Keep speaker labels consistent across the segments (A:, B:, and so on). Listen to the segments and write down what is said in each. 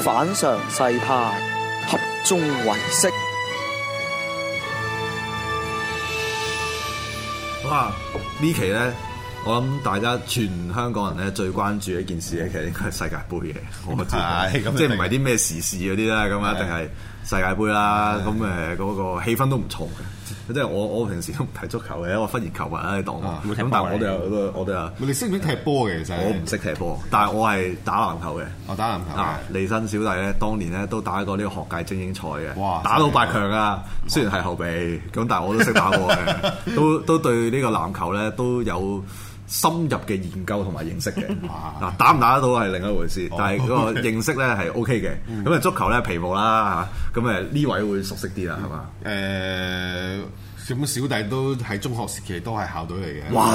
A: 反常世態，合眾唯識。
B: 哇！呢期呢，我諗大家全香港人咧最關注一件事咧，其實應該係世界盃嘅。我知道，
C: 係咁
B: 即
C: 一
B: 係唔
C: 定
B: 係啲咩時事嗰啲啦，咁啊一定係世界盃啦。咁誒嗰個氣氛都唔錯嘅。即係我我平時都唔睇足球嘅，我忽然球迷喺度
C: 啊
B: 講。咁但係我哋又我哋又
C: 你識唔識踢波嘅其實？
B: 我唔，識踢波，但係我係打籃球嘅。
C: 我打籃球嘅
B: 啊，利申小弟咧，當年咧都打過呢個學界精英賽嘅，
C: 哇
B: 打到八強啊！雖然係後備，咁但係我都識打波嘅，都都對呢個籃球咧都有深入嘅研究同埋認識嘅。
C: 哇
B: 嗱，打唔打得到係另一回事，
C: 哦
B: 但係嗰個認識咧係 OK 嘅。咁啊，足球咧皮毛啦嚇，咁誒呢位會熟悉啲啦，係嘛？
C: 誒咁小弟都喺中學時期都係校隊嚟嘅。
B: 哇！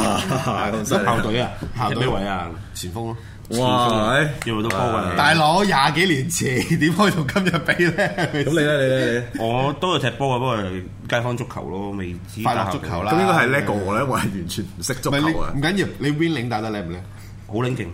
C: 咁
B: 咁犀利
C: 校隊啊，校隊
D: 咩位啊？
C: 前鋒咯。
B: 啊哇！係
D: 有好多波位。
C: 大佬廿幾年前 點可以同今日比咧？
B: 咁你咧，你咧，你？
D: 我都有踢波啊，不過係街坊足球咯，未知
C: 快樂足球啦，
B: 咁應該係叻過我咧，我係完全唔識足
C: 唔係
B: 球啊
C: 你唔！緊要，你 win 領打得叻 唔叻？
D: 好撚勁，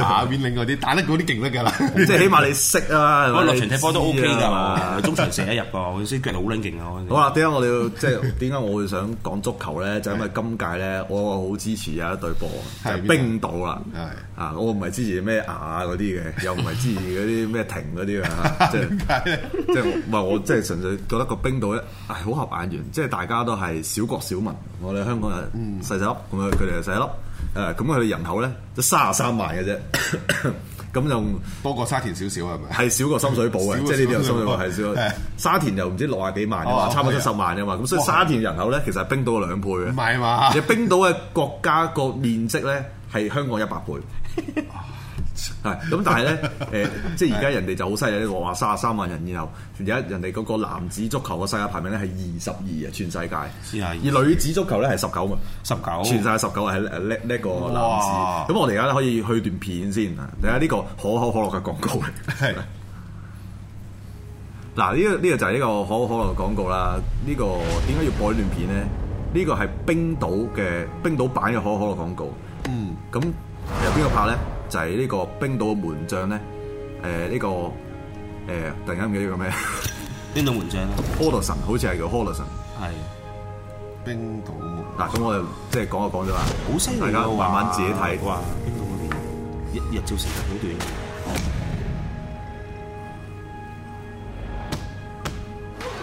C: 打 win 領嗰啲打得嗰啲勁得㗎啦。
B: 即係起碼你識啊，係
D: 不
B: 咪
D: 過落場踢波都 OK
B: 你知
D: 㗎，
B: 啊
D: 中場射一入㗎，我先腳好撚勁啊！我
B: 好啦，點解我哋要即係點解我會想講足球咧？就因為今屆咧，我好支持有一隊波，就
C: 係
B: 係冰島啦。
C: 係
B: 啊，我唔係支持咩牙嗰啲嘅，又唔係支持嗰啲咩停嗰 啲啊，即係即係唔係我即係純粹覺得個冰島咧，唉好合眼緣，即係大家都係小國小民，我哋香港人細細粒，咁啊樣佢哋又細粒，誒咁佢哋人口咧都三十三萬嘅啫， 咁就。
C: 多過沙田少少係咪？
B: 係少過深水埗嘅，
C: 少
B: 即
C: 過
B: 係呢啲有深水埗係
C: 深
B: 少
C: 水埗
B: 過
C: 係
B: 沙田又唔知六啊幾萬嘅
C: 哦
B: 嘛，差唔多七十萬嘅嘛，咁所以沙田人口咧其實係冰島嘅兩倍嘅，
C: 唔係嘛
B: 而冰島嘅國家個面積咧係香港一百倍。 係咁，但係咧， 誒，即係而家人哋就好犀利，我話三十三萬人，然後而家人哋嗰個男子足球嘅世界排名咧係二十二啊，全世界，
D: 係
B: 而女子足球咧係十九啊，
D: 十九，
B: 全世界十九係叻叻叻過男
C: 哇
B: 子。咁我哋而家咧可以去段片先啊，睇下呢個可口可樂嘅廣告嚟。
C: 係
B: 嗱，呢、個呢、個就係呢個可口可樂嘅廣告啦。呢、個點解要播呢段片咧？呢、個係冰島嘅冰島版嘅可口可樂廣告。嗯，咁由邊個拍咧？就係、呢個冰島嘅門將咧。誒、呢、個誒、突然間唔記得叫咩
D: 邊度門將啦？
B: h o l l s o n 好似係叫 h o l l s o n
D: 係
C: 冰島門
B: 嗱，咁我就即係講就講咗啦。
D: 好犀利
B: 大
D: 啊
B: 家慢慢
D: 哇
B: 自己睇。
D: 哇，邊度嗰邊一日照時間好短。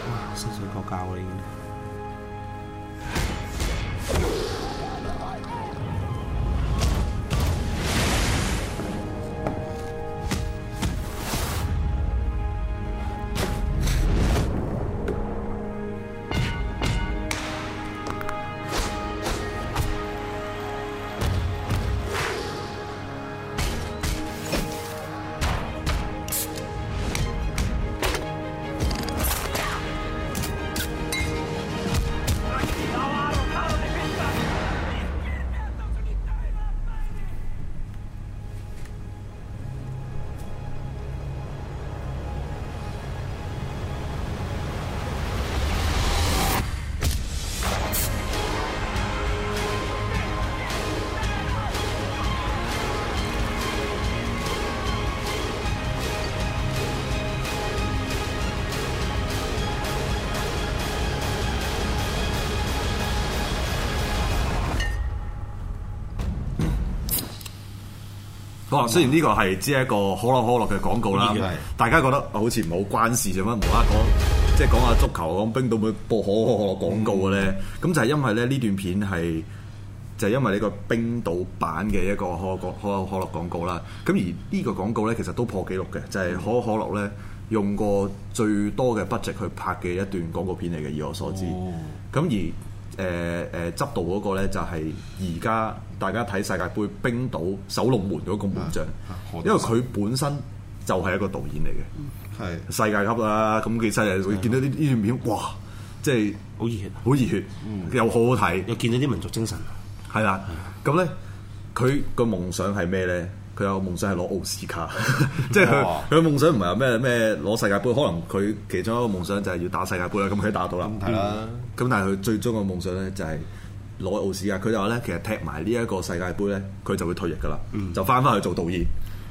D: 哇！深水國教啊啦已經。
B: 好啦，雖然呢個係只係一個可樂可樂嘅廣告啦
C: 嗯呢個係，
B: 大家覺得好似唔係好關事啫嘛，無啦啦講即係講下足球，講冰島會播可口可樂廣告嘅咧，咁、就係因為咧呢段片係就係因為呢個冰島版嘅一個可口可口可樂廣告啦。咁而呢個廣告咧其實都破紀錄嘅，就係、可口可樂咧用過最多嘅 budget 去拍嘅一段廣告片嚟嘅，以我所知。
C: 哦
B: 咁而誒誒執導嗰個咧就係而家大家睇世界盃冰島守龍門嗰個門將
C: 啊啊，何嗯
B: 因為佢本身就係一個導演嚟嘅，
C: 係
B: 世界級啦。咁其實係會見到呢呢段片，哇！即係
D: 好熱血，啊
B: 好熱血，
C: 嗯
B: 又好好睇，
D: 又見到啲民族精神。啊
B: 係啦。咁咧，佢個夢想係咩咧？佢有個夢想係攞奧斯卡， 即係佢
C: 哇
B: 佢夢想唔係話咩咩攞世界盃，可能佢其中一個夢想就係要打世界盃啦。咁佢打到啦，
D: 嗯
C: 咁睇啦。
B: 咁但係佢最終嘅夢想咧就係攞奧斯卡。佢就話咧，其實踢埋呢一個世界盃咧，佢就會退役噶啦，
D: 嗯
B: 就翻翻去做導演，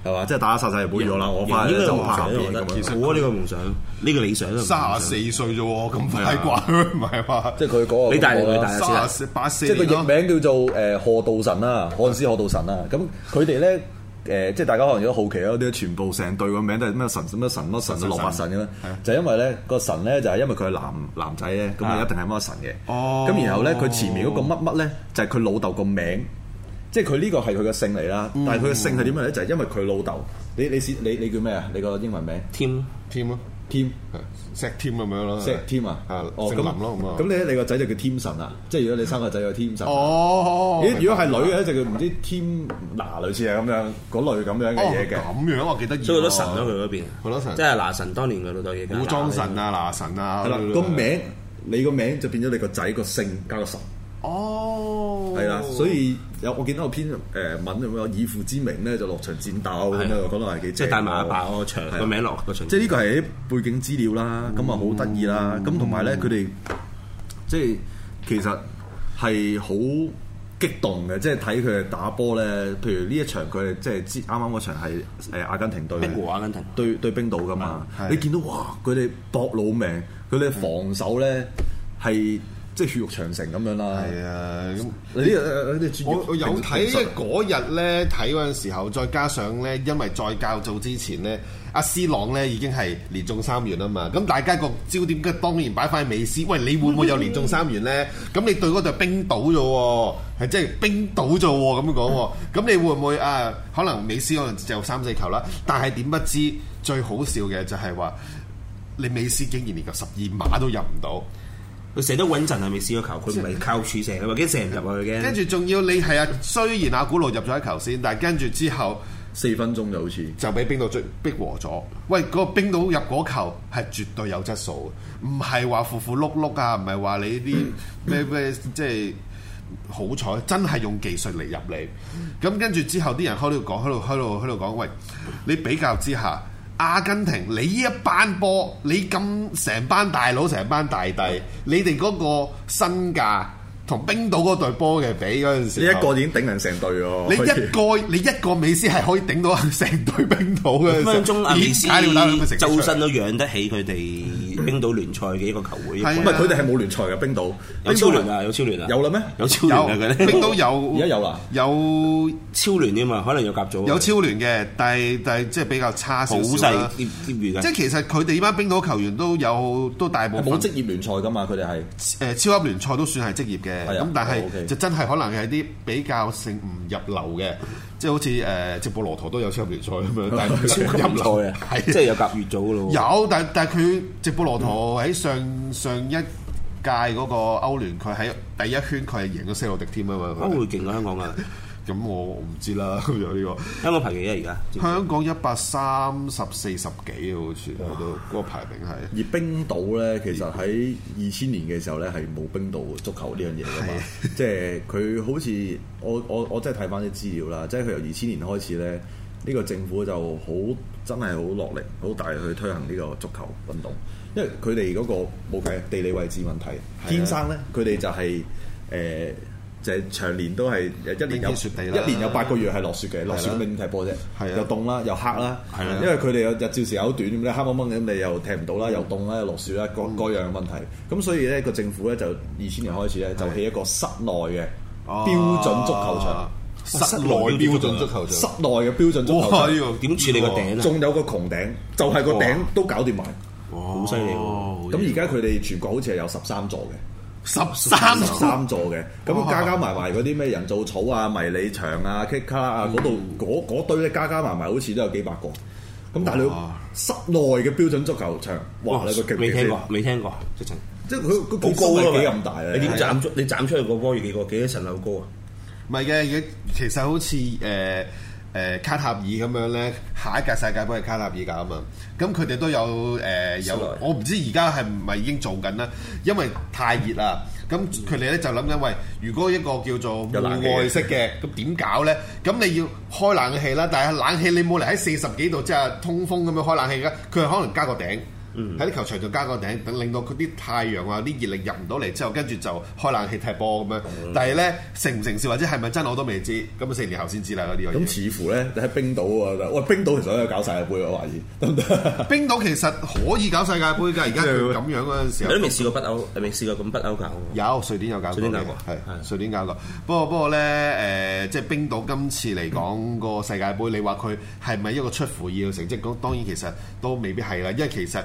B: 係嘛？即係打晒世界盃咗啦，我翻去
D: 應該
B: 咧
D: 有
B: 就
D: 夢
B: 拍
D: 想
B: 下
D: 咯，
B: 片
D: 我覺
B: 咁
D: 得
B: 樣。
D: 我覺得呢個夢想，呢個理想都係夢想
C: 三十四歲啫喎，咁快啩？唔係話
B: 啊即係佢嗰個
D: 你大啊力
B: 嗰個
D: 女大力
C: 三十四八四
B: 啊即係個
C: 年
B: 譯
C: 咯。
B: 名叫做誒賀道神啦，漢斯賀道神啦。啊咁佢哋咧誒，即係大家可能有好奇啦，啲全部成隊個名都係咩神乜神乜神
C: 神
B: 羅伯神咁樣
C: 係啊，啊
B: 就因為咧個神咧就係因為佢係男男仔咧，咁啊
D: 啊
B: 一定係乜神嘅。
C: 哦
B: 咁然後咧佢前面嗰個乜乜咧就係佢老豆個名。即係佢呢個係佢嘅姓嚟啦，
C: 嗯
B: 但係佢嘅姓係點樣咧？就係因為佢老豆，你你你你叫咩啊？你個英文名
D: Team
C: 添咯，
B: Tim
C: 石添咁樣咯，
B: 石 Tim 啊？
C: 啊，
B: 哦
C: 姓林咯咁啊。
B: 咁你咧你個仔就叫 Tim 神啊？即係如果你生個仔叫 Tim 神。
C: 哦，
B: 咦，如果係女嘅，就叫唔知添嗱，類似係咁樣嗰類咁樣嘅嘢嘅。
C: 哦咁樣我記得，
D: 所以好多神咯，佢嗰邊，
C: 好多神
D: 即係拿神當年佢老豆嘢㗎。
C: 古裝神啊、拿神啊，
B: 係啦，個名你個名就變咗你個仔個姓加個神，
C: 哦，
B: 係啦，所以有我見到有篇誒呃文咁樣，以父之名咧就落場戰鬥咁
D: 係
B: 樣，講到係幾
D: 即
B: 正
D: 係
B: 喎
D: 帶埋阿爸個場
B: 係啊
D: 個名落個場，
B: 即係呢個係啲背景資料啦，咁啊好得意啦，咁同埋咧佢哋即係其實係好激動嘅，即係睇佢哋打波咧。譬如呢一場佢哋即係知啱啱嗰場係誒阿根廷對
D: 逼和阿根廷
B: 對對冰島噶嘛，
C: 係
B: 你見到哇佢哋搏老命，佢哋防守咧係即係血肉長城咁樣啦。
C: 係啊，咁
B: 你呢個你專業
C: 我我有睇
B: 評述啊
C: 嗰日咧睇嗰陣時候，再加上咧，因為再較早之前咧，阿斯朗咧已經係連中三元啊嘛，咁大家個焦點嘅當然擺翻喺美斯，喂，你會唔會有連中三元咧？咁你對嗰隊冰島啫喎，係即係冰島啫喎，咁樣講喎，咁你會唔會啊？可能美斯可能就三四球啦，但係點不知最好笑嘅就係話，你美斯竟然連個十二碼都入唔到。
D: 佢射得穩陣係未試過球，佢唔係靠柱射，佢或者射唔入去嘅。
C: 跟住仲要你係啊，雖然阿古路入咗一球先，但係跟住之後
B: 四分鐘就好似。
C: 就俾冰島追逼和咗。喂，嗰、個冰島入嗰球係絕對有質素嘅，唔係話糊糊碌碌啊，唔係話你啲咩咩即係。好彩，真係用技術嚟入嚟。咁跟住之後，啲人喺度講，喺度喺度喺度講，喂，你比較之下，阿根廷你呢一班波，你咁成班大佬，成班大帝，你哋嗰個身價同冰島嗰隊波嘅比嗰陣時
B: 你一
C: 候，
B: 個已經頂人成隊喎，
C: 你
B: 可以
C: 一個啊你一個美斯係可以頂到啊 成隊冰島嘅，
D: 分分鐘阿美斯
C: 點解你要打兩個成績出嚟
D: 周身都養得起佢哋冰島聯賽嘅一個球會。
C: 係
B: 唔
C: 啊
B: 係佢哋係冇聯賽嘅冰島，
D: 有超聯
B: 冰島
D: 啊，有超聯啊，
B: 有啦咩
D: 有超聯
C: 有
D: 啊，佢哋
C: 冰島有
B: 而家有啦
C: 有
D: 超聯添嘛，可能有甲組啊，
C: 有超聯嘅，但係但係即係比較差
D: 好
C: 少少
D: 細
C: 啦
D: 啲啲魚
C: 即
D: 嘅，
C: 係其實佢哋呢班冰島球員都有都大部
D: 啊
B: 係
C: 分
B: 冇職業聯賽㗎嘛，佢哋係。
C: 誒超級聯賽都算係職業嘅，
B: 係啊
C: 咁但
B: 哦，OK
C: 係就真係可能係啲比較性唔入流嘅，即係好似誒直布羅陀都有超級聯賽咁樣，但係唔算入
D: 超級
C: 流
D: 聯賽啊，
C: 係
D: 即係有甲乙組咯喎。
C: 有，但但佢直布羅陀喺上上一屆嗰個歐聯，佢喺第一圈佢係贏咗西路迪添啊嘛。
D: 我會勁過香港啊！
C: 咁我我唔知啦， 咁樣呢
D: 香港排幾啊？而家
C: 個香港一百三十四十幾啊，好似我都嗰個排名係。
B: 而冰島咧，其實喺二千年嘅時候咧，係冇冰島足球呢樣嘢噶嘛，即係佢好似我我我真係睇翻啲資料啦，即係佢由二千年開始咧，呢、個政府就好真係好落力，好大力去推行呢個足球運動，因為佢哋嗰個冇計啊地理位置問題，
C: 啊
B: 天生咧佢哋就係、誒。就係長年都係一年
C: 冰
B: 有
C: 天雪地啦
B: 一年有八個月係落雪嘅，落雪咁
C: 係啦
B: 你點踢波啫？
C: 係啊
B: 又凍啦，又黑啦，
D: 係啦
B: 因為佢哋有日照時有短咁咧，黑掹掹咁，你又踢唔到啦，
C: 嗯
B: 又凍啦，又落雪啦，各各樣問題。咁所以咧，個政府咧就二千年開始咧，就起一個室內嘅
C: 啊
B: 標準足球場，
C: 室內標準足球
B: 室
C: 場。
B: 內嘅標準足球
C: 哇！呢
B: 場，
C: 個
D: 點處理個頂啊？
B: 仲有個穹頂，就係個頂都搞掂埋。
D: 哦好犀利喎！
B: 咁而家佢哋全國好似係有十三座嘅。
C: 十三
B: 十三座嘅，咁加加埋埋嗰啲咩人造草啊、迷你場啊、k 卡啊嗰度嗰嗰堆咧，加加埋埋好似都有幾百個。咁但係你
C: 哇
B: 室內嘅標準足球場，哇！你個勁唔勁
D: 未
B: 先
D: 聽過，未聽過，直情
B: 即係佢佢
D: 好高
B: 高
D: 啊
B: 啊
D: 嘛！
B: 幾咁大咧？
D: 你點
B: 係啊？
D: 斬出？你斬出去個波要幾個幾多層樓高啊？
C: 唔係嘅，其實好似誒誒呃卡塔爾咁樣咧，下一屆世界盃係卡塔爾搞啊嘛，咁佢哋都有誒、有
D: 室內，
C: 我唔知而家係唔係已經做緊啦，因為太熱啦。咁佢哋咧就諗緊，喂，如果一個叫做
B: 有
C: 戶
B: 冷氣啊嘅
C: 外式嘅，咁點搞咧？咁你要開冷氣啦，但係冷氣你冇嚟喺四十幾度即係通風咁樣開冷氣㗎，佢係可能加個頂。
B: 嗯
C: 喺啲球場度加個頂，等令到佢啲太陽啊、啲熱力入唔到嚟之後，跟住就開冷氣踢波咁樣。
B: 嗯
C: 但係咧成唔成事或者係咪真我都未知，咁啊四年後先知啦呢個嘢。
B: 咁似乎咧，你喺冰島啊，喂，冰島其實都有搞世界盃，我懷疑得唔 得？
C: 冰島其實可以搞世界盃㗎，而家佢咁樣嗰陣時
D: 你
C: 候
D: 都未試過北歐，未試過咁北歐搞喎。
C: 有瑞典有搞過嘅，
D: 瑞典搞過
C: 係
D: 係
C: 瑞典搞過。不過不過咧，誒、即係冰島今次嚟講個世界盃，你話佢係咪一個出乎意料成績？咁當然其實都未必係啦，因為其實。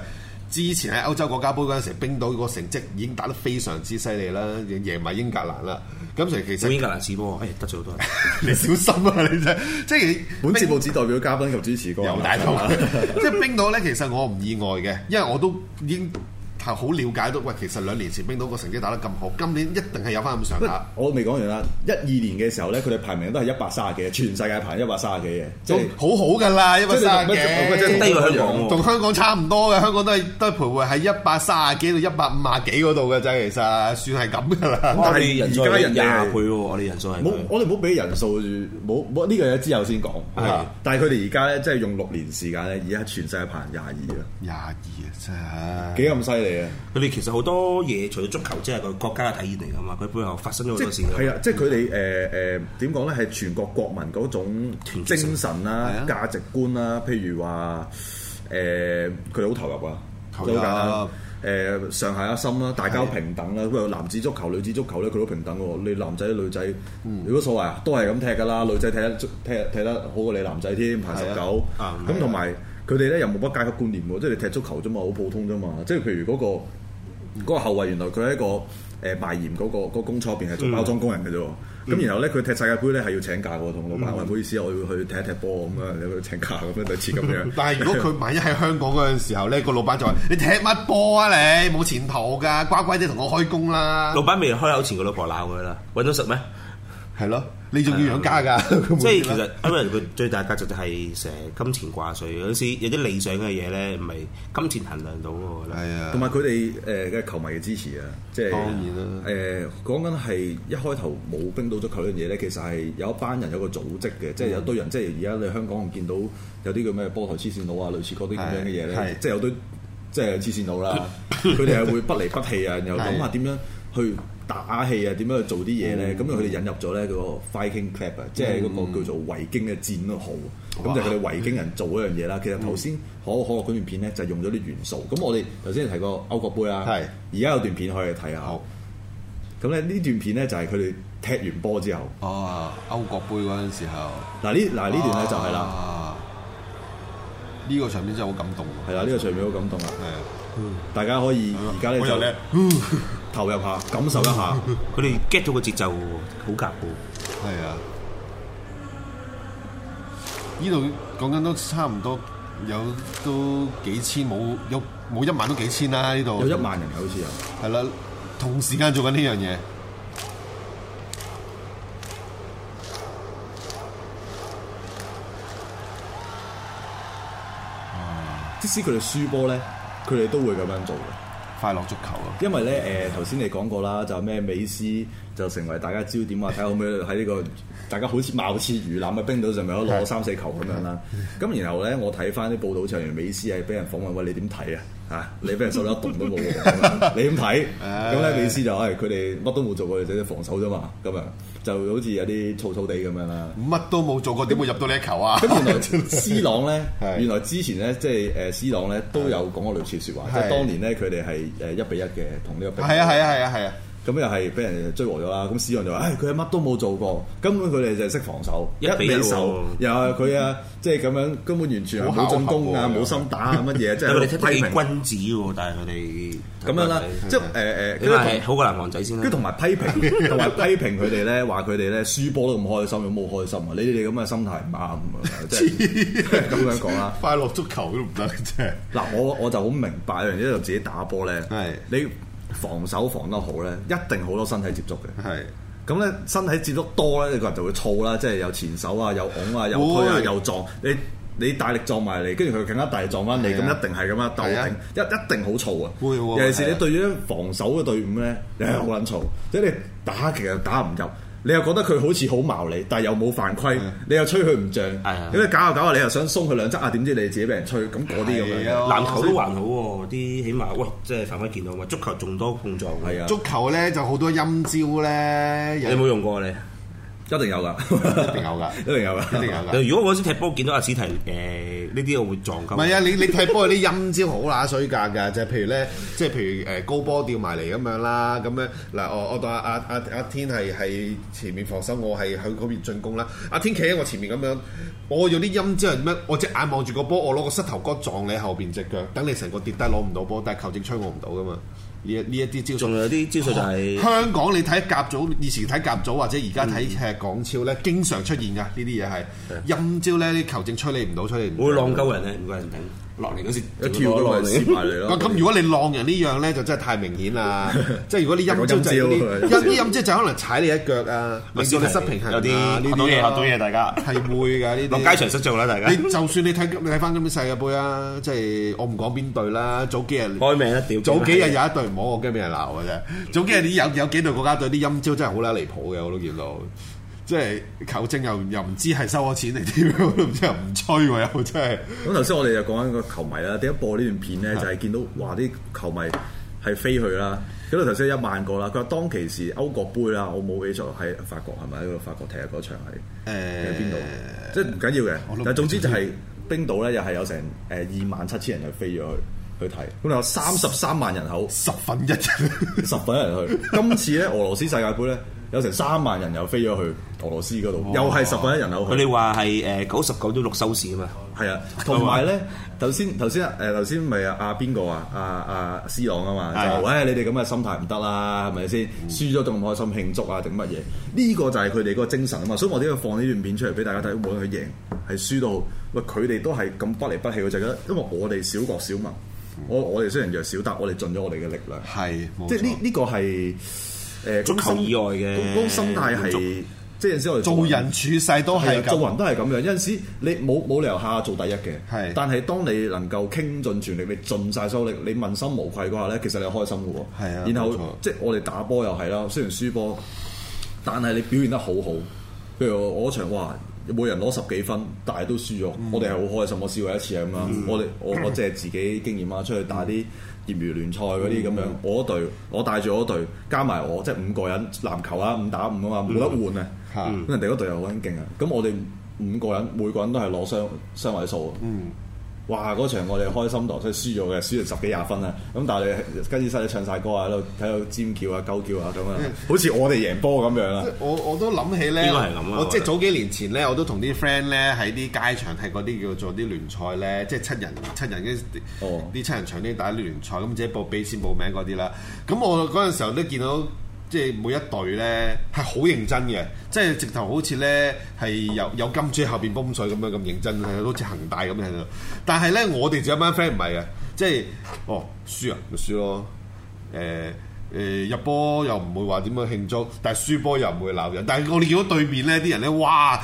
C: 之前喺歐洲國家杯嗰陣時，冰島個成績已經打得非常之犀利啦，贏埋英格蘭啦。咁所以其
D: 整
C: 實
D: 英格蘭試波，哎得罪好多人。
C: 你小心啊！你真係即係
B: 本節目只代表嘉賓及主持
D: 啊
B: 個人
C: 又大頭， 即係冰島咧，其實我唔意外嘅，因為我都已經係好了解到，喂，其實兩年前冰島個成績打得咁好，今年一定係有翻咁上下。
B: 我未講完啦，一二年嘅時候咧，佢哋排名都係一百三十幾，全世界排一百三十幾嘅，即
C: 都
B: 係
C: 好好㗎啦，一百三十
B: 即係
C: 幾，
D: 低過香港喎
C: 同香港差唔多嘅，香港都係都係徘徊喺一百三十幾到一百五十幾嗰度嘅啫，其實算係咁㗎啦。
D: 我
B: 但
D: 哋
B: 係
D: 人數
B: 而家
D: 係
B: 人哋係
D: 廿倍喎，我哋人數係
B: 冇
D: 佢。
B: 我哋冇俾人數住，冇冇呢個嘢之後先講。
C: 係
B: 但係佢哋而家咧，即係用六年時間咧，而家全世界排廿二啊，
C: 廿二啊，真係
B: 幾咁犀利啊！
D: 佢哋其實好多嘢，除咗足球之外，佢國家嘅體現嚟㗎嘛。佢背後發生咗好
B: 即
D: 多事㗎嘛。嗯
B: 係啊，即係佢哋誒誒點講咧？係全國國民嗰種
D: 團結性
B: 精神
C: 係啊
B: 啦、價值觀啦，譬如話誒，佢哋好投入啊，
C: 投
B: 即
C: 入
B: 係好簡單誒上下一心啦，大家平等啦。譬如男子足球、女子足球咧，佢都平等喎。你男仔女仔，
D: 嗯
B: 如果所謂啊，都係咁踢㗎啦。女仔踢得足踢踢得好過你男仔添，排十
C: 係啊。
B: 九。
D: 啊
B: 咁同埋佢哋咧又冇乜階級觀念喎，即係你踢足球啫嘛，好普通啫嘛。即係譬如嗰、個嗰、個後衞，原來佢喺一個誒、呃、賣鹽嗰、個嗰個工廠入邊係做包裝工人嘅啫喎。咁、然後咧，佢踢世界盃咧係要請假喎，同老闆話唔好意思，我要去踢一踢波咁啊，你去請假咁樣類似咁樣
C: 但係如果佢萬一喺香港嗰陣時候咧，個老闆就話：你踢乜波啊你？冇前途㗎，乖乖啲同我開工啦
D: 老。闆未開口前，個老婆鬧佢啦，揾到食咩？
C: 係咯，你仲要養家㗎。
D: 即係其實因為佢最大價值就係成日金錢掛帥，有時有啲理想嘅嘢咧，唔係金錢衡量到嘅我覺得。
C: 係啊
B: 同。埋佢哋誒嘅球迷嘅支持啊，即係
C: 當然
B: 誒講緊係一開頭冇冰島足球呢樣嘢咧，其實係有一班人有個組織嘅，
C: 嗯
B: 即係有堆人，即係而家你香港見到有啲叫咩波台黐線佬啊，類似嗰啲咁樣嘅嘢
C: 係
B: 咧
C: 係，
B: 即係有堆即係黐線佬啦， 佢哋係會不離不棄啊，然後諗下點樣去。打氣啊，點樣去做啲嘢咧？
C: 嗯
B: 咁佢哋引入咗咧嗰個 Viking Club 啊，即係嗰個叫做維京嘅戰號，咁就係佢哋維京人做嗰樣嘢啦。其實
C: 嗯
B: 頭先可口可樂嗰段片咧就用咗啲元素，咁我哋頭先提過歐國杯啦，
C: 係
B: 而家有段片可以睇下。
C: 好
B: 咁咧呢段片咧就係佢哋踢完波之後，
C: 哦，歐國杯嗰陣時候，
B: 嗱呢嗱呢段咧就係啦，
C: 啊。呢個場面真係好感動
B: 係啦呢個場面好感動啦，
C: 喎。係啊。
B: 大家可以而家咧
C: 我又叻
B: 就投入下，感受一下。
D: 佢哋 get 到個節奏嘅喎，好夾嘅
C: 係啊，呢度講緊都差唔多有都幾千，冇有冇一萬都幾千啦呢度。
B: 有一萬人嘅好似有，
C: 係啦，同時間做緊呢樣嘢。
B: 即使佢哋輸波咧，佢哋都會咁樣做嘅。
C: 快樂足球啊！
B: 因為咧誒頭先你講過啦，就咩美斯就成為大家焦點啊，睇下可唔可以喺呢個大家好似貌似魚腩嘅冰島上面有攞三四球咁樣 啦。咁然後咧我睇翻啲報道，就原來美斯係俾人訪問，喂你點睇啊？ 嚇你俾人收咗一棟都冇喎，咁樣你點睇？咁咧美斯就哎誒佢哋乜都冇做過，就係防守啫嘛，咁樣就好似有啲燥燥地咁樣啦。
C: 乜都冇做過，點會入到呢一球啊？
B: 咁原來 C 朗咧
C: 係，
B: 原來之前咧，即係誒 C 朗咧都有講過類似説話，即
C: 係
B: 係當年咧佢哋係誒一比一嘅同呢個冰 島
C: 係啊係啊係啊係啊！
B: 咁又係俾人追和咗啦。咁 C 朗就話：，唉，佢係乜都冇做過，根本佢哋就係識防守，
D: 一比一喎
B: 守，又係佢啊，即係咁樣根本完全係冇進攻啊，
C: 好巧合喎
B: 冇心打啊，乜嘢，即
D: 喎。但係佢哋
B: 係
D: 踢得幾君子嘅喎，但係佢哋
B: 咁樣 啦。即係誒誒，
D: 因為好過男王仔先
B: 跟住同
D: 啦。
B: 埋批評， 同埋批評佢哋咧，話佢哋咧輸波都咁開心，有冇開心啊？你哋咁嘅心態唔啱啊！即係咁樣講啦。
C: 快樂足球都唔得啫。
B: 嗱，我我就好明白一樣嘢，就自己打波咧
C: 係，
B: 你防守防得好咧，一定好多身體接觸嘅。
C: 係
B: 咁咧身體接觸多咧，你個人就會燥啦，即係有前手啊，有拱啊，有推啊，
C: 會
B: 又撞你。你大力撞埋嚟，跟住佢更加大力撞翻你，咁
C: 係啊
B: 一定係咁啊，鬥
C: 係啊
B: 頂一一定好燥啊！
C: 會喎
B: 尤其是
C: 係
B: 你
C: 啊
B: 對於防守嘅隊伍咧，你係好撚嘈，即係你打其實打唔入，你又覺得佢好似好矛你，但係又冇犯規，你又吹佢唔漲，
D: 係啊
B: 咁你搞下搞下，你又想鬆佢兩側啊，點知你自己俾人吹，咁嗰啲咁
C: 係
B: 樣
C: 啊。
D: 籃球都還好喎，啲起碼喂，即係犯規見到嘛，足球仲多碰撞。
B: 係啊
C: 足球咧就好多陰招咧，
D: 你有
C: 有
D: 冇用過你？
B: 一定有噶，
C: 一定有㗎，
B: 一定有噶，
C: 一定有㗎。
D: 如果我嗰時踢波見到阿史提誒呢啲，我會撞鳩。
C: 唔係啊！你你踢波嗰啲陰招好乸衰格㗎，就係譬如咧，即係譬如誒呃高波掉埋嚟咁樣啦，咁樣嗱，我我當阿阿阿阿天係係前面防守，我係去嗰邊進攻啦。阿天企喺我前面咁樣，我有啲陰招係咩？我隻眼望住個波，我攞個膝頭哥撞你後邊只腳，等你成個跌低攞唔到波，但係球證吹我唔到㗎嘛。呢一呢一啲招數
D: 仲有啲招數就係
C: 香港你睇甲組，以前睇甲組或者而家睇誒港超咧，經常出現㗎呢啲嘢係陰招咧，啲球證吹你唔到，吹你唔
D: 會
C: 到。
D: 浪鳩人咧，唔該人頂落嚟嗰時
B: 一跳過嚟攝埋 嚟咯。
C: 咁如果你浪人呢樣咧，就真係太明顯 啦！即係如果你陰招就係
B: 有
C: 嗰
B: 陰
C: 啲
B: 招
C: 陰啲陰招就可能踩你一腳啊，令到你失平衡啊
D: 有啲
C: 呢
D: 學
C: 啲
D: 到嘢，學
C: 咯
D: 到嘢，大家
C: 係會㗎呢啲。
D: 落街場失啊做啦，大家
C: 你就算你睇你睇翻今年世界盃啊，即係我唔講邊隊啦，早幾日
D: 開名一屌。
C: 早幾日有一隊唔好，我驚俾人鬧嘅啫。早幾日啲有有幾隊國家隊啲陰招真係好啦離譜嘅，我都見到。即係球證又又唔知係收我錢定點，我都唔 知又唔吹喎，又真係。
B: 咁頭先我哋就講緊個球迷啦，點解播呢段片咧？
C: 啊
B: 就係見到哇啲球迷係飛去啦，咁到頭先一萬個啦。佢話當其時歐國杯啦，我冇記錯喺法國係咪喺度法國踢嗰場係
C: 誒
B: 喺邊度？
D: 啊
B: 即係唔緊要嘅
C: 我都唔，
B: 但係總之就係冰島咧，又係有成誒二萬七千人去飛咗去去睇，咁有三十三萬人口，
C: 十分一
B: 十分人去。今次咧俄羅斯世界盃咧，有成三萬人又飛咗去俄羅斯嗰度，又係十分一人口去
D: 佢。哋話係誒九十九點六收視啊嘛，
B: 係啊，同埋咧，頭先頭先誒頭先咪阿邊個啊？阿阿斯朗啊嗯嘛，
D: 係
B: 就話喂你哋咁嘅心態唔得啦，係咪先？輸咗仲咁開心慶祝啊定乜嘢？呢個就係佢哋嗰個精神啊嘛，所以我點解放呢段片出嚟俾大家睇，無論佢贏係輸都好，喂佢哋都係咁不離不棄，我就覺得，因為我哋小國小民，我我哋雖然弱小，但我哋盡咗我哋嘅力量，
C: 係冇
B: 即係呢呢個係誒
D: 足球以外嘅
B: 嗰嗰種心態係，即係有陣時我哋
C: 做人處世都
B: 係
C: 係
B: 啊做人
C: 咁，
B: 都係咁樣，有陣時你冇冇理由下下做第一嘅。
C: 係
B: 但係當你能夠傾盡全力，你盡晒所有力，你問心無愧嗰下咧，其實你係開心嘅喎。
C: 係啊
B: 然後
C: 冇錯
B: 即係我哋打波又係啦，雖然輸波，但係你表現得好好。譬如我嗰場哇，每人攞十幾分，但係都輸咗，我哋係好開心。我試過一次係咁啦，我哋我我即係自己經驗啦，啊出去打啲。業餘聯賽嗰啲咁樣，我隊我帶住我隊，加埋我即係五個人籃球啦，五打五啊嘛，冇得換啊。
C: 嚇
B: 咁人哋嗰隊又好撚勁啊！咁我哋五個人每個人都係攞雙雙位數啊！嗯，哇！嗰場我哋開心到，所以輸咗嘅，輸咗十幾廿分啊！咁但係你跟住晒你唱晒歌啊，喺度喺度尖叫啊、鳩叫啊咁啊，好似我哋贏波咁樣啊！
C: 我我都諗起咧，
D: 應該係咁啊
C: 我
D: 我
C: 即
D: 覺
C: 係
D: 得
C: 早幾年前咧，我都同啲 friend 咧喺啲街場踢嗰啲叫做啲聯賽咧，即係七人七人嗰啲
B: 哦
C: 啲七人場啲打啲聯賽，咁自己報俾先報名嗰啲啦。咁我嗰陣時候都見到。即係每一隊咧係好認真嘅，即係直頭好似咧係有有金主喺後邊泵水咁樣咁認真，係好似恒大咁樣喺度。但係咧，我哋就有班 friend 唔係嘅，即係哦輸啊咪輸咯，誒、誒、入波又唔會話點樣慶祝，但係輸波又唔會鬧人。但係我哋見到對面咧啲人咧，哇，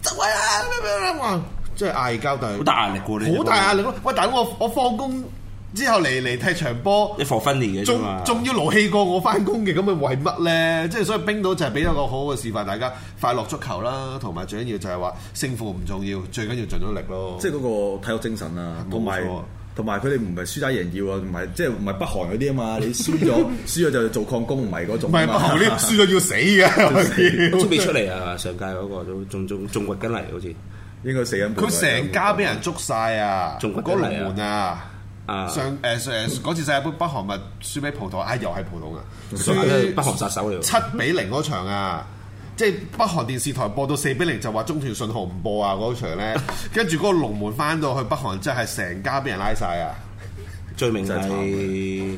C: 走位啊！咩咩咩哇，即係嗌交，但係
D: 好大壓力喎呢啲
C: 好大壓力咯。喂，大佬，我我放工之後嚟嚟踢場波
D: 一。放分裂嘅啫
C: 仲
D: 嘛。
C: 仲要勞氣過我翻工嘅，咁咪為乜呢？即係所以冰島就係俾一個好好嘅示範，大家快樂足球啦，同埋最緊要就係話勝負唔重要，最緊要盡咗力咯。
B: 即係嗰個體育精神啊，
C: 冇
B: 同埋
C: 錯。
B: 同埋佢哋唔係輸打贏要啊，唔係即係唔係北韓嗰啲啊 嘛，你輸咗輸咗就做抗攻，唔係嗰種
C: 唔
B: 啊
C: 係
B: 嘛。
C: 後啲輸咗要死啊 嘅，我見
D: 好似未出嚟啊！上屆嗰個都仲仲仲掘緊嚟，好似
B: 應該死緊半啊
C: 佢成家俾人捉晒啊！
D: 仲
C: 嗰
D: 屈
C: 個
D: 得嚟啊
C: 龍門啊！
D: 啊，
C: 上誒誒嗰次世界盃北韓咪輸俾葡萄牙，啊又係葡萄牙，
D: 北
C: 輸
D: 韓殺手嚟喎。
C: 七比零嗰場啊！即係北韓電視台播到四比零就話中斷信號唔播啊嗰場咧，跟住嗰個龍門翻到去北韓真係成家俾人拉晒啊！
D: 罪名
B: 真係
D: 係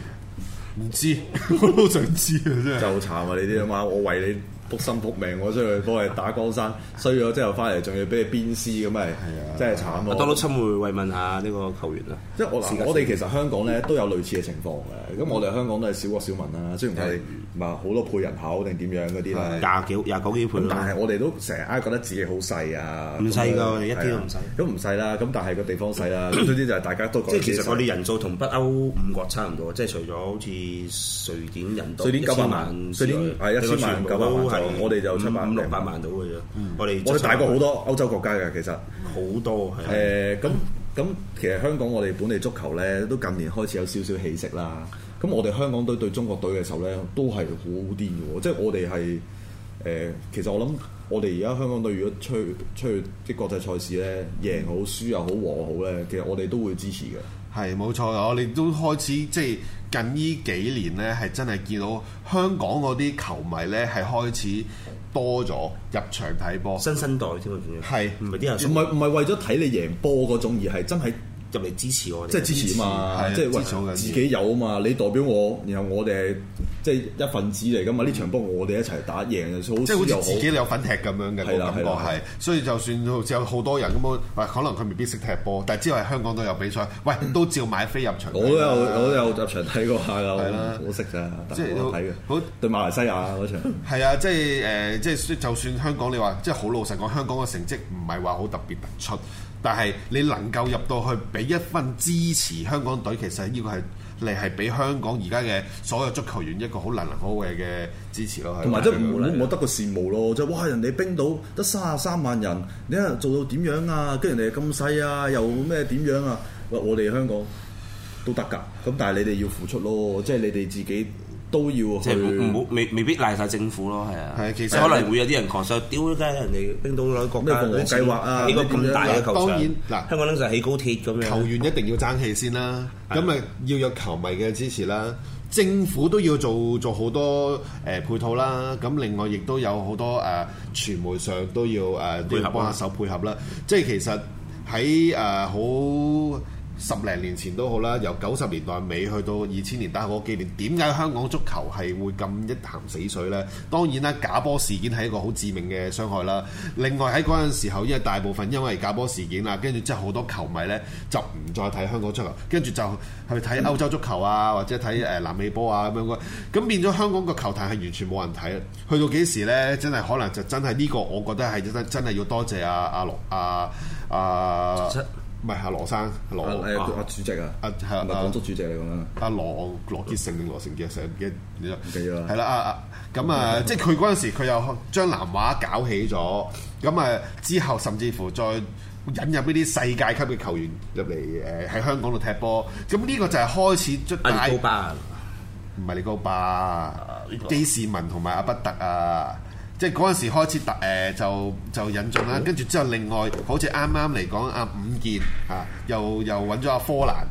C: 唔知 我都好想知啊真係。
B: 就慘啊！你啲啊嘛，我為撲心撲命我出去幫你打江山，衰咗之後翻嚟仲要俾你鞭屍咁咪，
C: 啊
B: 真係慘
D: 阿 Donald
B: 咯。
D: Trump 會慰問下呢個球員啊，
B: 即係我
D: 時
B: 嗱，
D: 間
B: 我哋其實香港咧都有類似嘅情況嘅。咁我哋香港都係小國小民啦，雖然我哋唔係好多倍人口定點樣嗰啲啦。
D: 廿幾廿九幾倍
B: 咁但
D: 啦
B: 係，我哋都成日唉覺得自己好嗯細啊，
D: 唔細㗎
B: 咁樣
D: 我哋一啲都唔細
B: 係啊咁唔細啦，咁但係個地方細啦，咁總之就係大家都覺
D: 即
B: 得
D: 係其
B: 自己
D: 實
B: 細
D: 我哋人數同北歐五國差唔多，即係除咗好似瑞典人多
B: 瑞典九百萬
D: 1000之外
B: 瑞典係1000萬
D: 你個全
B: 九百
D: 部
B: 萬
D: 都係
B: 左右我哋就七百
D: 五
B: 零嗯
D: 五六百萬到嘅啫，我哋
B: 我哋大過好
D: 多
B: 多歐洲國家嘅其實。
D: 好多係。
B: 誒咁咁，其實香港我哋本地足球咧，都近年開始有少少起色啦。咁我哋香港隊對中國隊嘅時候咧，都係好癲嘅喎，即係我哋係誒，其實我諗我哋而家香港隊如果出去出去啲國際賽事咧，贏好、輸又好、和好咧，其實我哋都會支持嘅。
C: 係冇錯，我哋都開始即係近呢幾年呢，係真係見到香港嗰啲球迷呢，係開始多咗入場睇波。
D: 新生代添啊，仲要
C: 係
D: 唔係啲人
B: 唔係唔係為咗睇你贏波嗰種，而係真係
D: 入嚟支持我哋，
B: 即係支持嘛，
C: 支持
B: 即係
C: 係啊支持好緊要
B: 喂自己有啊嘛，你代表我，然後我哋係即係一份子嚟噶嘛，呢場波我哋一齊打贏，好
C: 即係好
B: 輸又
C: 似
B: 好
C: 自。己有份踢咁樣嘅
B: 係
C: 個
B: 啦
C: 感
B: 係
C: 覺
B: 啦係
C: 係，所以就算好似有好多人咁樣，喂，可能佢未必識踢波，但係之後喺香港都有比賽，喂，都照買飛入場
B: 嗯
C: 睇啦。
B: 我都有我都有入場睇過下㗎，
C: 啊係啦
B: 我我識咋，但
C: 即係
B: 係我有睇嘅。
C: 好
B: 對馬來西亞嗰 場，
C: 係啊，即係誒、呃即係就算香港，你話即係好老實講，香港嘅成績唔係話好特別突出，但係你能夠入到去俾一份支持香港隊，其實呢個係你係俾香港而家嘅所有足球員一個好難能可貴嘅支持咯。係
B: 同埋即係
C: 係
B: 唔
C: 啦
B: 好唔好得個羨慕咯，即係哇人哋冰島得三十三萬人，你睇下做到點樣啊？跟住人哋咁細啊，又咩點樣啊？喂，我哋香港都得㗎，咁但係你哋要付出咯，即係你哋自己都要
D: 即
B: 去
D: 係唔好未未必賴晒政府咯，係啊，
C: 係其實
D: 可能會有啲人狂想，屌梗係人哋冰島攞國家
B: 咩共和計劃啊
D: 呢個咁大嘅球場，
C: 當然嗱
D: 香港拎晒起高鐵咁樣，
C: 球員一定要爭氣先啦，咁咪要有球迷嘅支持啦。政府都要做做好多誒、呃配套啦，咁另外亦都有好多誒、呃、傳媒上都要誒、呃、都
D: 配合
C: 要
D: 啦
C: 幫下手配合啦。即係其實喺誒好十零年前都好啦，由九十年代尾去到二千年打嗰幾年，點解香港足球係會咁一潭死水呢？當然啦，假波事件係一個好致命嘅傷害啦。另外喺嗰陣時候，因為大部分因為假波事件啊啦，跟住之後好多球迷呢就唔再睇香港足球，跟住就去睇歐洲足球啊，或者睇誒南美波啊咁樣咁變咗香港個球壇係完全冇人睇啦。去到幾時呢？真係可能就真係呢個，我覺得係真真係要多謝阿阿羅阿阿
D: 七
C: 唔係阿羅生羅
B: 啊誒阿主席啊，
C: 啊係啊
B: 唔係港足主席嚟講啦。
C: 阿羅羅傑成定羅成傑成嘅，你唔
B: 記得啦
C: 係啦，啊啊咁啊，即係佢嗰陣時佢又將南華搞起咗，咁啊之後甚至乎再引入呢啲世界級嘅球員入嚟誒喺香港度踢波，咁呢個就係開始出
D: 阿列高巴啊
C: 唔係利高巴
D: 呢個、
C: 基士文同埋阿不特啊，即係嗰陣時開始突誒、呃就就引進
D: 嗯
C: 啦，跟住之後另外好似啱啱嚟講阿伍健啊，又又揾咗阿科蘭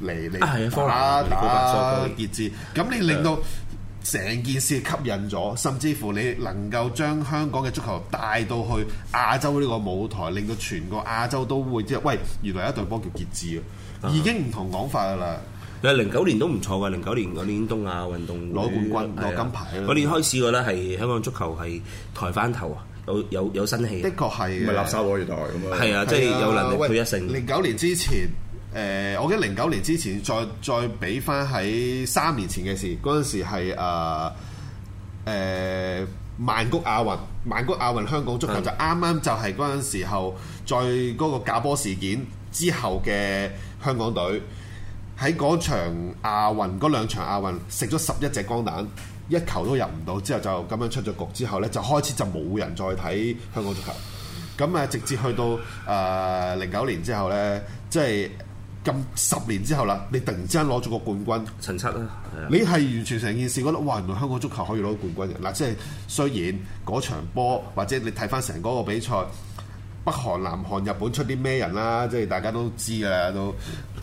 C: 嚟嚟
D: 啊係啊科蘭
C: 打
D: 利高巴
C: 打
D: 所以佢
C: 傑志，咁你令
D: 啊
C: 到成件事吸引咗，甚至乎你能夠將香港嘅足球帶到去亞洲呢個舞台，令到全個亞洲都會即係喂，原來有一隊波叫傑志啊，已經唔同講法噶啦。
D: 你零九年都唔錯嘅，零九年嗰年東亞運動會
C: 攞冠軍
D: 係啊
C: 攞金牌啦
D: 嗰年開始我覺得係香港足球係抬翻頭啊，有有有新氣啊
C: 的，確係
B: 唔係
C: 嘅
B: 垃圾喎，原來咁啊！
D: 係啊，即係有能力去一勝
C: 零。九年之前，誒、我記得零九年之前再再比翻喺三年前嘅事，嗰陣時係誒誒曼谷亞運，曼谷亞運香港足球
D: 嗯
C: 就啱啱就係嗰陣時候，再嗰個假波事件之後嘅香港隊。喺嗰場亞運嗰兩場亞運食咗十一隻光蛋，一球都入唔到，之後就咁樣出咗局之後呢，就開始就冇人再睇香港足球。咁啊，直至去到誒零九年之後呢，即係咁十年之後啦，你突然之間攞咗個冠軍，
D: 陳七啦，係啊
C: 你係完全成件事覺得哇，原來香港足球可以攞到冠軍嘅嗱，即係雖然嗰場波或者你睇翻成嗰個比賽，北韓、南韓、日本出啲咩人啦，即係大家都知㗎啦都，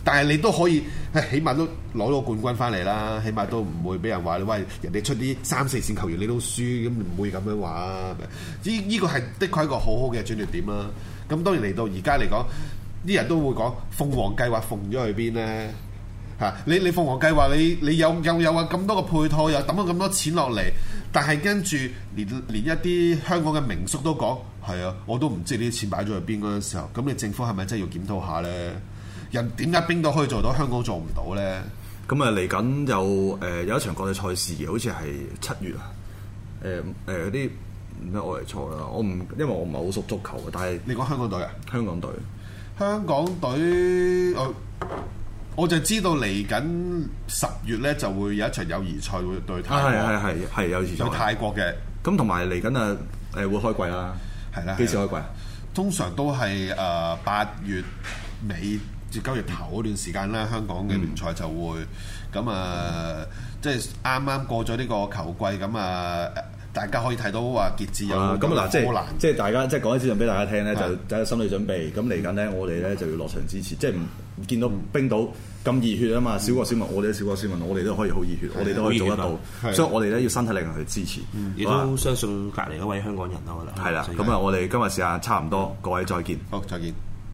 C: 但係你都可以，唉起碼都攞到冠軍翻嚟啦，起碼都唔會俾人話你喂人哋出啲三四線球員你都輸，咁唔會咁樣話啊。呢呢個係的確係一個好好嘅轉捩點啦。咁當然嚟到而家嚟講，啲人都會講鳳凰計劃鳳咗去邊呢？嚇！你你鳳凰計劃，你你有有有啊咁多個配套，又抌咗咁多錢落嚟，但係跟住連連一啲香港嘅名宿都講係啊，我都唔知呢啲錢擺咗去邊嗰陣時候，咁你政府係咪真係要檢討下呢？人點解冰島可以做到，香港做唔到呢？
B: 咁啊嚟緊有誒、呃有一場國際賽事嘅，好似係七月啊，誒誒嗰啲咩外嚟賽啦，我唔因為我唔係好熟足球嘅，但係
C: 你講香港隊啊？
B: 香港隊
C: 香港隊我我就知道嚟緊十月呢就會有一場友誼賽會對泰
B: 啊係係
C: 國，
B: 係係有次
C: 對
B: 賽，
C: 泰國嘅
B: 咁同埋嚟緊啊誒會開季啦，
C: 係啦。
B: 幾時
C: 係啦
B: 開季啊？
C: 通常都係誒呃八月尾至九月頭嗰段時間啦，香港嘅聯賽就會咁啊、即係啱啱過咗呢個球季咁啊、大家可以睇到話傑志有
B: 啊，咁啊嗱，即
C: 波蘭
B: 係即係大家即係講一資訊俾大家聽咧，就
C: 係嗯
B: 大家心理準備。咁嚟緊咧，我哋咧就要落場支持，即係唔見到冰島咁熱血啊
C: 嗯
B: 嘛，小國小民，我哋都小國小民，我哋都可以好熱
C: 啊
B: 血，我哋都可以做得
D: 好熱
B: 到
D: 血，
C: 係嗯
B: 所以我哋咧要身體力行去支持。
D: 亦
B: 好啊
D: 都相信隔離嗰位香港人咯，我覺得
B: 係啦，啊
D: 所以
B: 咁啊，我哋今日時間差唔多，各位再見。
C: 哦好，再見。